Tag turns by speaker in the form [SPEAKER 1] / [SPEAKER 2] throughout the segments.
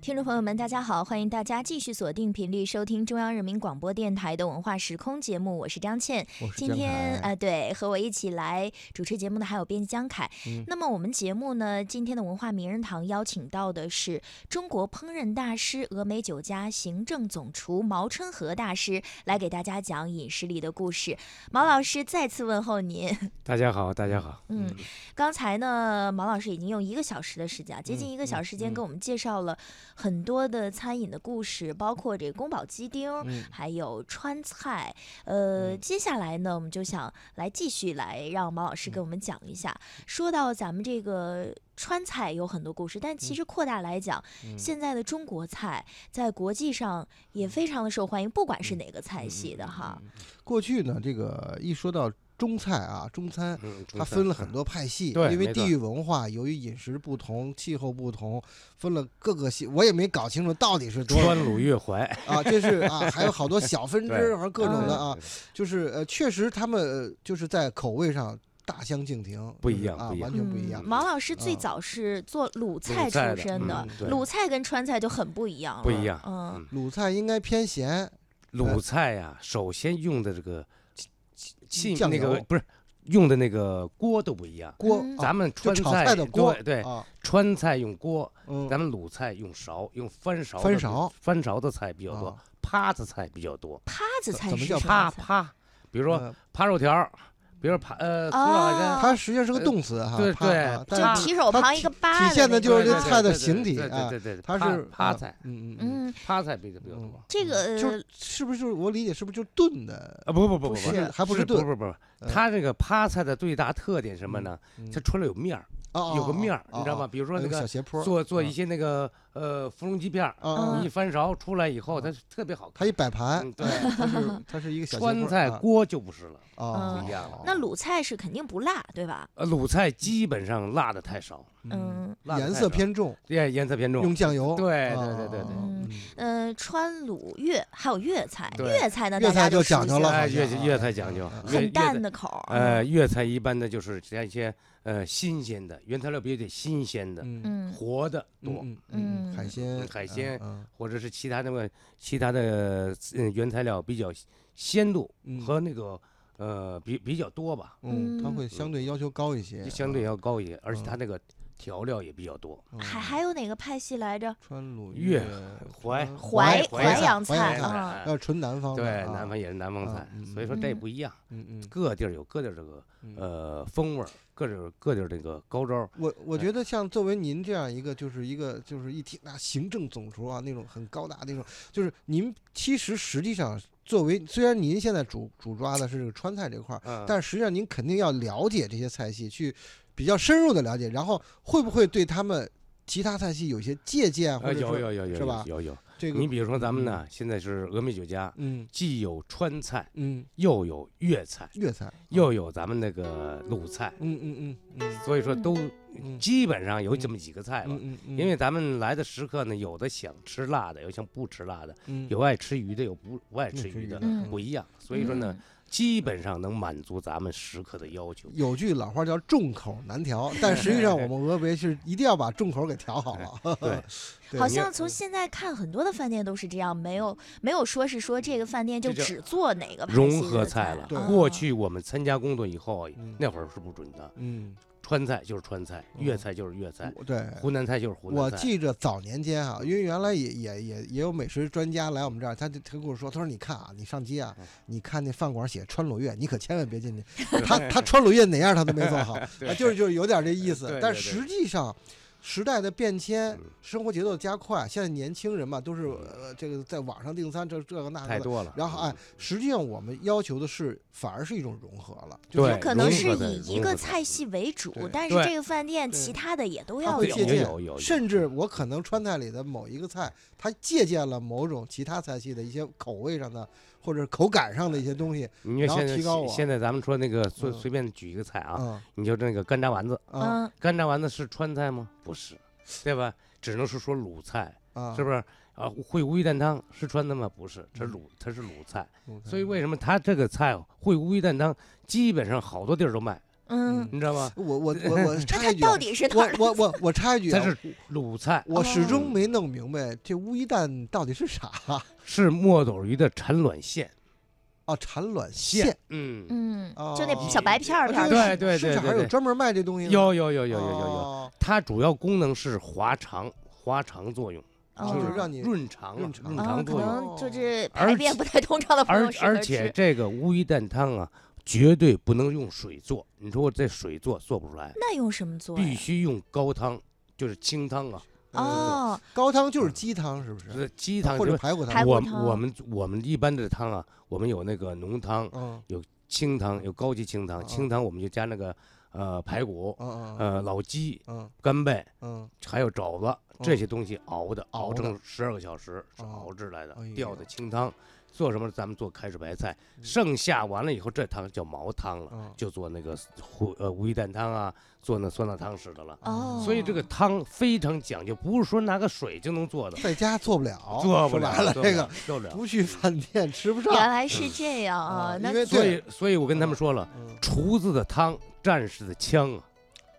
[SPEAKER 1] 听众朋友们，大家好，欢迎大家继续锁定频率收听中央人民广播电台的文化时空节目，我是张倩。
[SPEAKER 2] 我是
[SPEAKER 1] 今
[SPEAKER 2] 江
[SPEAKER 1] 天
[SPEAKER 2] 凯
[SPEAKER 1] 呃，对，和我一起来主持节目的还有编辑江凯。
[SPEAKER 2] 嗯
[SPEAKER 1] 那么我们节目呢，今天的文化名人堂邀请到的是中国烹饪大师、峨眉酒家行政总厨毛春和大师，来给大家讲饮食里的故事。毛老师再次问候您。
[SPEAKER 3] 大家好，大家好。
[SPEAKER 1] 嗯，刚才呢，毛老师已经用一个小时的时间啊，接近
[SPEAKER 2] 嗯
[SPEAKER 1] 一个小
[SPEAKER 2] 嗯
[SPEAKER 1] 时时间，
[SPEAKER 2] 嗯
[SPEAKER 1] 给我们介绍了很多的餐饮的故事，包括这个宫保鸡丁儿，
[SPEAKER 2] 嗯
[SPEAKER 1] 还有川菜。呃，
[SPEAKER 2] 嗯
[SPEAKER 1] 接下来呢，我们就想来继续来让毛老师给
[SPEAKER 2] 嗯
[SPEAKER 1] 我们讲一下。说到咱们这个川菜有很多故事，但其实扩大来讲，
[SPEAKER 2] 嗯
[SPEAKER 1] 现在的中国菜在国际上也非常的受欢迎，不管是
[SPEAKER 2] 嗯
[SPEAKER 1] 哪个菜系的哈。
[SPEAKER 4] 过去呢，这个一说到中菜啊，中餐。
[SPEAKER 3] 嗯，
[SPEAKER 4] 它分了很多派系，
[SPEAKER 3] 对
[SPEAKER 4] 因为
[SPEAKER 3] 没错
[SPEAKER 4] 地域文化，由于饮食不同、气候不同，分了各个系，我也没搞清楚到底是多少
[SPEAKER 3] 川鲁粤淮，
[SPEAKER 4] 啊，这是啊，还有好多小分支，
[SPEAKER 3] 对嗯
[SPEAKER 4] 然后 各种的啊
[SPEAKER 3] 对，，对对
[SPEAKER 4] 就是呃，确实他们呃就是在口味上大相径庭，
[SPEAKER 3] 不一
[SPEAKER 4] 就是
[SPEAKER 3] 样
[SPEAKER 4] 啊，
[SPEAKER 3] 不一样
[SPEAKER 4] 完全不一样
[SPEAKER 1] 嗯。毛老师最
[SPEAKER 4] 啊
[SPEAKER 1] 早是做鲁菜
[SPEAKER 3] 鲁菜
[SPEAKER 1] 出
[SPEAKER 3] 的
[SPEAKER 1] 身的
[SPEAKER 3] 嗯，对
[SPEAKER 1] 鲁菜跟川菜就很不一样了，
[SPEAKER 3] 不一
[SPEAKER 4] 呃
[SPEAKER 3] 样
[SPEAKER 1] 嗯
[SPEAKER 3] 嗯
[SPEAKER 4] 鲁菜应该偏咸，
[SPEAKER 3] 鲁菜呀，首先用的这个气
[SPEAKER 4] 酱
[SPEAKER 3] 那个
[SPEAKER 4] 油
[SPEAKER 3] 不是用的那个锅都不一样。
[SPEAKER 4] 锅
[SPEAKER 1] 嗯
[SPEAKER 4] 啊
[SPEAKER 3] 咱们
[SPEAKER 4] 就
[SPEAKER 3] 川
[SPEAKER 4] 炒菜的锅，
[SPEAKER 3] 对对，
[SPEAKER 4] 啊，
[SPEAKER 3] 川菜用锅，
[SPEAKER 4] 嗯，
[SPEAKER 3] 咱们鲁菜用勺，用翻勺的，
[SPEAKER 4] 翻勺
[SPEAKER 3] 翻勺的菜比较多
[SPEAKER 4] 啊，
[SPEAKER 3] 趴子菜比较多。
[SPEAKER 1] 趴子菜
[SPEAKER 4] 怎么
[SPEAKER 1] 是
[SPEAKER 4] 叫
[SPEAKER 1] 什
[SPEAKER 3] 趴
[SPEAKER 1] 么菜？
[SPEAKER 3] 趴，比如说
[SPEAKER 4] 呃
[SPEAKER 3] 扒肉条儿，比如扒呃胡
[SPEAKER 1] 哦
[SPEAKER 3] 老海参，
[SPEAKER 4] 它实际上是个动词哈，
[SPEAKER 3] 呃对
[SPEAKER 4] 啪
[SPEAKER 3] 对
[SPEAKER 4] 啊
[SPEAKER 3] 就
[SPEAKER 4] 但
[SPEAKER 1] 就是提手
[SPEAKER 4] 它
[SPEAKER 1] 旁一个八的那个，
[SPEAKER 4] 体现的就是这
[SPEAKER 3] 对
[SPEAKER 4] 菜的
[SPEAKER 3] 对对
[SPEAKER 4] 形体
[SPEAKER 3] 对
[SPEAKER 4] 啊
[SPEAKER 3] 对对对，对
[SPEAKER 4] 它
[SPEAKER 3] 趴
[SPEAKER 4] 是
[SPEAKER 3] 趴
[SPEAKER 4] 嗯
[SPEAKER 3] 菜，
[SPEAKER 4] 嗯嗯嗯。
[SPEAKER 1] 嗯，
[SPEAKER 3] 趴菜比较比较多。
[SPEAKER 1] 这个
[SPEAKER 4] 就是是不是就是我理解是不是就是炖的？
[SPEAKER 3] 啊，不不
[SPEAKER 4] 不
[SPEAKER 3] 不不
[SPEAKER 4] 是还不
[SPEAKER 3] 不
[SPEAKER 4] 是
[SPEAKER 3] 不
[SPEAKER 4] 炖
[SPEAKER 3] 不不，
[SPEAKER 4] 嗯
[SPEAKER 3] 它这个趴菜的最大特点什么呢？它
[SPEAKER 4] 嗯
[SPEAKER 3] 除了有面儿，
[SPEAKER 4] 哦
[SPEAKER 3] 有个面儿
[SPEAKER 4] 哦，哦
[SPEAKER 3] 你知道吗？
[SPEAKER 4] 哦
[SPEAKER 3] 比如说
[SPEAKER 4] 有
[SPEAKER 3] 那
[SPEAKER 4] 个小
[SPEAKER 3] 个
[SPEAKER 4] 斜坡，
[SPEAKER 3] 做做一
[SPEAKER 4] 嗯
[SPEAKER 3] 些那个呃芙蓉鸡片儿，
[SPEAKER 4] 啊
[SPEAKER 1] 嗯
[SPEAKER 3] 你一翻勺出来以后，它特别好
[SPEAKER 4] 嗯它
[SPEAKER 3] 看
[SPEAKER 4] 一。摆盘
[SPEAKER 3] 嗯，对
[SPEAKER 4] 它是它是一个小斜坡
[SPEAKER 3] 川菜
[SPEAKER 4] 啊
[SPEAKER 3] 锅就不是了，
[SPEAKER 4] 哦
[SPEAKER 1] 不
[SPEAKER 3] 一样了
[SPEAKER 1] 嗯那鲁菜是肯定不辣，对吧？
[SPEAKER 3] 呃，鲁菜基本上辣的太少，
[SPEAKER 4] 嗯
[SPEAKER 1] 嗯
[SPEAKER 3] 辣得
[SPEAKER 4] 颜
[SPEAKER 3] 太
[SPEAKER 4] 色
[SPEAKER 3] 少
[SPEAKER 4] 偏重，
[SPEAKER 3] 对颜色偏重
[SPEAKER 4] 用，酱油，
[SPEAKER 3] 对
[SPEAKER 4] 啊
[SPEAKER 3] 对对对对
[SPEAKER 4] 嗯
[SPEAKER 1] 呃，川鲁粤还有粤菜，
[SPEAKER 3] 对
[SPEAKER 1] 粤菜呢
[SPEAKER 4] 粤
[SPEAKER 1] 大家
[SPEAKER 4] 菜就
[SPEAKER 1] 就熟
[SPEAKER 4] 讲究
[SPEAKER 1] 悉
[SPEAKER 4] 了
[SPEAKER 3] 哎，
[SPEAKER 4] 好
[SPEAKER 3] 粤
[SPEAKER 4] 像啊
[SPEAKER 3] 粤菜讲究
[SPEAKER 4] 啊，
[SPEAKER 3] 粤
[SPEAKER 1] 很淡。
[SPEAKER 3] 粤菜
[SPEAKER 1] 的口儿。
[SPEAKER 3] 呃，粤菜一般的就是加一些呃新鲜的原材料，必须得新鲜的、
[SPEAKER 4] 嗯
[SPEAKER 1] 嗯
[SPEAKER 3] 活的多。
[SPEAKER 4] 嗯嗯
[SPEAKER 1] 嗯
[SPEAKER 4] 海鲜
[SPEAKER 3] 海鲜
[SPEAKER 4] 嗯
[SPEAKER 3] 或者是其他那个其他的嗯原材料比较鲜度
[SPEAKER 4] 嗯
[SPEAKER 3] 和那个呃比比较多吧，
[SPEAKER 4] 嗯，它
[SPEAKER 1] 嗯
[SPEAKER 4] 会相对要求高一些，啊
[SPEAKER 3] 相对要高一些，而且它
[SPEAKER 4] 嗯
[SPEAKER 3] 那个调料也比较多。
[SPEAKER 4] 嗯
[SPEAKER 1] 还还有哪个派系来着？
[SPEAKER 4] 川鲁
[SPEAKER 3] 粤淮
[SPEAKER 4] 川
[SPEAKER 1] 淮
[SPEAKER 3] 淮
[SPEAKER 1] 淮
[SPEAKER 3] 菜
[SPEAKER 1] 扬
[SPEAKER 4] 淮扬
[SPEAKER 1] 菜
[SPEAKER 4] 菜
[SPEAKER 1] 啊，
[SPEAKER 4] 要纯南方的
[SPEAKER 3] 对，
[SPEAKER 4] 啊，
[SPEAKER 3] 南方也是南方
[SPEAKER 4] 啊
[SPEAKER 3] 菜，
[SPEAKER 4] 嗯
[SPEAKER 3] 所以说这也
[SPEAKER 1] 嗯
[SPEAKER 3] 不一样，
[SPEAKER 4] 嗯嗯
[SPEAKER 3] 各地儿有各地儿这个
[SPEAKER 4] 嗯
[SPEAKER 3] 呃风味儿，各地儿有各地儿这个高招儿。
[SPEAKER 4] 我我
[SPEAKER 3] 哎
[SPEAKER 4] 觉得像作为您这样一个，就是一个就是一听那行政总厨啊，那种很高大那种，就是您其实实际上作为虽然您现在主主抓的是这个川菜这块儿，
[SPEAKER 3] 嗯，
[SPEAKER 4] 啊但实际上您肯定要了解这些菜系，去比较深入的了解，然后会不会对他们其他菜系有些借鉴，啊或
[SPEAKER 3] 呃
[SPEAKER 4] 者
[SPEAKER 3] 有
[SPEAKER 4] 说
[SPEAKER 3] 有有有
[SPEAKER 4] 是
[SPEAKER 3] 有
[SPEAKER 4] 吧
[SPEAKER 3] 有有，
[SPEAKER 4] 这个
[SPEAKER 3] 你比如说咱们呢，现在是峨眉酒家，
[SPEAKER 4] 嗯
[SPEAKER 3] 既有川菜，
[SPEAKER 4] 嗯
[SPEAKER 3] 又有粤菜，
[SPEAKER 4] 粤菜，
[SPEAKER 3] 又有咱们那个鲁菜，
[SPEAKER 4] 嗯嗯嗯嗯
[SPEAKER 3] 所以说都
[SPEAKER 4] 嗯
[SPEAKER 3] 基本上有这么几个菜吧。
[SPEAKER 4] 嗯嗯，
[SPEAKER 3] 因为咱们来的食客呢，有的想吃辣的，有想不吃辣的，
[SPEAKER 4] 嗯
[SPEAKER 3] 有爱吃鱼的，有不不爱
[SPEAKER 4] 嗯
[SPEAKER 3] 吃鱼的，
[SPEAKER 1] 嗯
[SPEAKER 3] 不一样。所以说呢，基本上能满足咱们食客的要求。
[SPEAKER 4] 有句老话叫“众口难 调”，但实际上我们峨眉是一定要把众口给调好啊 了。
[SPEAKER 3] 对，
[SPEAKER 4] 对
[SPEAKER 1] 好
[SPEAKER 3] 你
[SPEAKER 1] 像从现在看，很多的饭店都是这样，没有没有说是说这个饭店就
[SPEAKER 3] 这叫
[SPEAKER 1] 只做哪个派系
[SPEAKER 3] 融
[SPEAKER 1] 的
[SPEAKER 3] 合
[SPEAKER 1] 菜啊
[SPEAKER 3] 菜了
[SPEAKER 4] 对，
[SPEAKER 3] 过去我们参加工作以后啊
[SPEAKER 4] 嗯，
[SPEAKER 3] 那会儿是不准的。
[SPEAKER 4] 嗯，
[SPEAKER 3] 川菜就是川菜，
[SPEAKER 4] 嗯
[SPEAKER 3] 粤菜就是粤菜，
[SPEAKER 4] 我对。
[SPEAKER 3] 湖南菜就是湖
[SPEAKER 4] 我
[SPEAKER 3] 南菜。
[SPEAKER 4] 记着早年间啊，因为原来也也也也有美食专家来我们这儿，他就他跟我说，他说你看啊，你上街啊
[SPEAKER 3] 嗯，
[SPEAKER 4] 你看那饭馆写川鲁粤，你可千万别 进去，他他川鲁粤哪样他都没做好，啊，就是就是有点这意思
[SPEAKER 3] 对。
[SPEAKER 4] 但
[SPEAKER 3] 对
[SPEAKER 4] 实际上，时代的变迁
[SPEAKER 3] 嗯，
[SPEAKER 4] 生活节奏加快，现在年轻人嘛都是
[SPEAKER 3] 嗯
[SPEAKER 4] 呃这个在网上订餐，这这个那个
[SPEAKER 3] 太
[SPEAKER 4] 的，
[SPEAKER 3] 多了。
[SPEAKER 4] 然后哎，实际上我们要求的是，反而是一种融合了，就
[SPEAKER 3] 对
[SPEAKER 4] 是
[SPEAKER 1] 有可能
[SPEAKER 3] 哎融
[SPEAKER 1] 是
[SPEAKER 3] 合的
[SPEAKER 1] 以一
[SPEAKER 3] 融
[SPEAKER 1] 个
[SPEAKER 3] 合的
[SPEAKER 1] 菜系为主，
[SPEAKER 4] 对
[SPEAKER 1] 但是
[SPEAKER 3] 对
[SPEAKER 1] 这个饭店
[SPEAKER 4] 对
[SPEAKER 1] 其他的也都
[SPEAKER 4] 它
[SPEAKER 1] 要
[SPEAKER 4] 会
[SPEAKER 1] 有
[SPEAKER 4] 借。
[SPEAKER 3] 啊有
[SPEAKER 4] 鉴
[SPEAKER 3] 有有，
[SPEAKER 4] 甚至我可能川菜里的某一个菜，它借鉴了某种其他菜系的一些口味上的或者口感上的一些东西，
[SPEAKER 3] 你
[SPEAKER 4] 然
[SPEAKER 3] 看
[SPEAKER 4] 后
[SPEAKER 3] 现在
[SPEAKER 4] 提高
[SPEAKER 3] 现
[SPEAKER 4] 我
[SPEAKER 3] 现在咱们说那个随
[SPEAKER 4] 嗯
[SPEAKER 3] 随便举一个菜啊，
[SPEAKER 4] 啊
[SPEAKER 3] 你就那个干炸丸子，
[SPEAKER 4] 啊
[SPEAKER 1] 嗯，
[SPEAKER 3] 干炸丸子是川菜吗？不是，对吧？只能是说鲁菜，
[SPEAKER 1] 嗯
[SPEAKER 4] 啊，
[SPEAKER 3] 是不是？啊，烩乌鱼蛋汤是川的吗？不是，这
[SPEAKER 4] 嗯
[SPEAKER 3] 鲁它是鲁菜。
[SPEAKER 4] 是
[SPEAKER 3] 所以为什么它这个菜烩乌鱼蛋汤基本上好多地儿都卖，
[SPEAKER 1] 嗯，
[SPEAKER 3] 你知道吗？
[SPEAKER 4] 我我我 我
[SPEAKER 1] 那
[SPEAKER 4] 插
[SPEAKER 1] 它
[SPEAKER 4] 一句啊，
[SPEAKER 1] 到底是哪
[SPEAKER 4] 我
[SPEAKER 1] 儿？
[SPEAKER 4] 我我我插一句
[SPEAKER 3] 它
[SPEAKER 4] 啊，
[SPEAKER 3] 是鲁菜，
[SPEAKER 4] 我始
[SPEAKER 1] 哦
[SPEAKER 4] 终没弄明白这乌鸡蛋到底是 啥
[SPEAKER 3] 是墨斗鱼的产卵线。
[SPEAKER 4] 哦，产卵
[SPEAKER 3] 线
[SPEAKER 4] 线，
[SPEAKER 3] 嗯，
[SPEAKER 1] 嗯，就那
[SPEAKER 4] 哦
[SPEAKER 1] 小白片儿
[SPEAKER 4] 啊
[SPEAKER 1] 片儿
[SPEAKER 4] 这个
[SPEAKER 1] 的。
[SPEAKER 3] 对对
[SPEAKER 4] 市
[SPEAKER 3] 对
[SPEAKER 4] 场上
[SPEAKER 3] 对
[SPEAKER 4] 有
[SPEAKER 3] 对
[SPEAKER 4] 专门卖这东西吗？哦
[SPEAKER 3] 有有有有有有有，
[SPEAKER 4] 有
[SPEAKER 3] 它主要功能是滑肠，滑肠作用，
[SPEAKER 1] 哦
[SPEAKER 4] 就是让你
[SPEAKER 3] 润肠啊，
[SPEAKER 4] 润肠
[SPEAKER 1] 哦
[SPEAKER 3] 肠
[SPEAKER 1] 可
[SPEAKER 3] 作用。
[SPEAKER 1] 能就是
[SPEAKER 3] 而
[SPEAKER 1] 排便
[SPEAKER 3] 且
[SPEAKER 1] 不太通畅的朋
[SPEAKER 3] 而
[SPEAKER 1] 友适合
[SPEAKER 3] 而且
[SPEAKER 1] 吃。
[SPEAKER 3] 这个乌鱼蛋汤啊，绝对不能用水做。你说我这水做做不出来，
[SPEAKER 1] 那用什么做呀？
[SPEAKER 3] 必须用高汤，就是清汤啊，
[SPEAKER 4] 嗯
[SPEAKER 1] 哦，
[SPEAKER 4] 高汤就是鸡汤，是不是？
[SPEAKER 3] 是鸡汤。
[SPEAKER 4] 或
[SPEAKER 3] 就
[SPEAKER 4] 者
[SPEAKER 3] 是
[SPEAKER 4] 排骨
[SPEAKER 1] 排
[SPEAKER 4] 汤？
[SPEAKER 1] 骨
[SPEAKER 3] 我
[SPEAKER 1] 汤
[SPEAKER 3] 我们我们一般的汤啊，我们有那个浓汤、
[SPEAKER 4] 嗯
[SPEAKER 3] 清汤，有高级清汤。
[SPEAKER 4] 嗯
[SPEAKER 3] 清汤我们就加那个呃排骨、
[SPEAKER 4] 嗯嗯
[SPEAKER 3] 呃老鸡、
[SPEAKER 4] 嗯
[SPEAKER 3] 干贝，
[SPEAKER 4] 嗯，
[SPEAKER 3] 还有肘子这些东西熬的，熬成十二个小时是
[SPEAKER 4] 哦
[SPEAKER 3] 熬制来的
[SPEAKER 4] 哎，
[SPEAKER 3] 吊
[SPEAKER 4] 呀
[SPEAKER 3] 的清汤。做什么？咱们做开水白菜，
[SPEAKER 4] 嗯
[SPEAKER 3] 剩下完了以后，这汤叫毛汤了。
[SPEAKER 4] 嗯
[SPEAKER 3] 就做那个胡呃乌鱼蛋汤啊，做那酸辣汤似的了。
[SPEAKER 4] 嗯
[SPEAKER 1] 哦
[SPEAKER 3] 所以这个汤非常讲究，不是说拿个水就能做的，
[SPEAKER 4] 在家做不了，
[SPEAKER 3] 做不
[SPEAKER 4] 说
[SPEAKER 3] 了
[SPEAKER 4] 白了
[SPEAKER 3] 做不
[SPEAKER 4] 这
[SPEAKER 3] 了
[SPEAKER 4] 个
[SPEAKER 3] 做不了。
[SPEAKER 4] 不去饭店吃不
[SPEAKER 1] 原
[SPEAKER 3] 啊
[SPEAKER 4] 上。
[SPEAKER 1] 来是这样啊
[SPEAKER 4] 啊，
[SPEAKER 1] 那
[SPEAKER 4] 因为
[SPEAKER 3] 所
[SPEAKER 4] 对
[SPEAKER 3] 以，所以我跟他们说了，
[SPEAKER 4] 嗯，
[SPEAKER 3] 厨子的汤，战士的枪啊，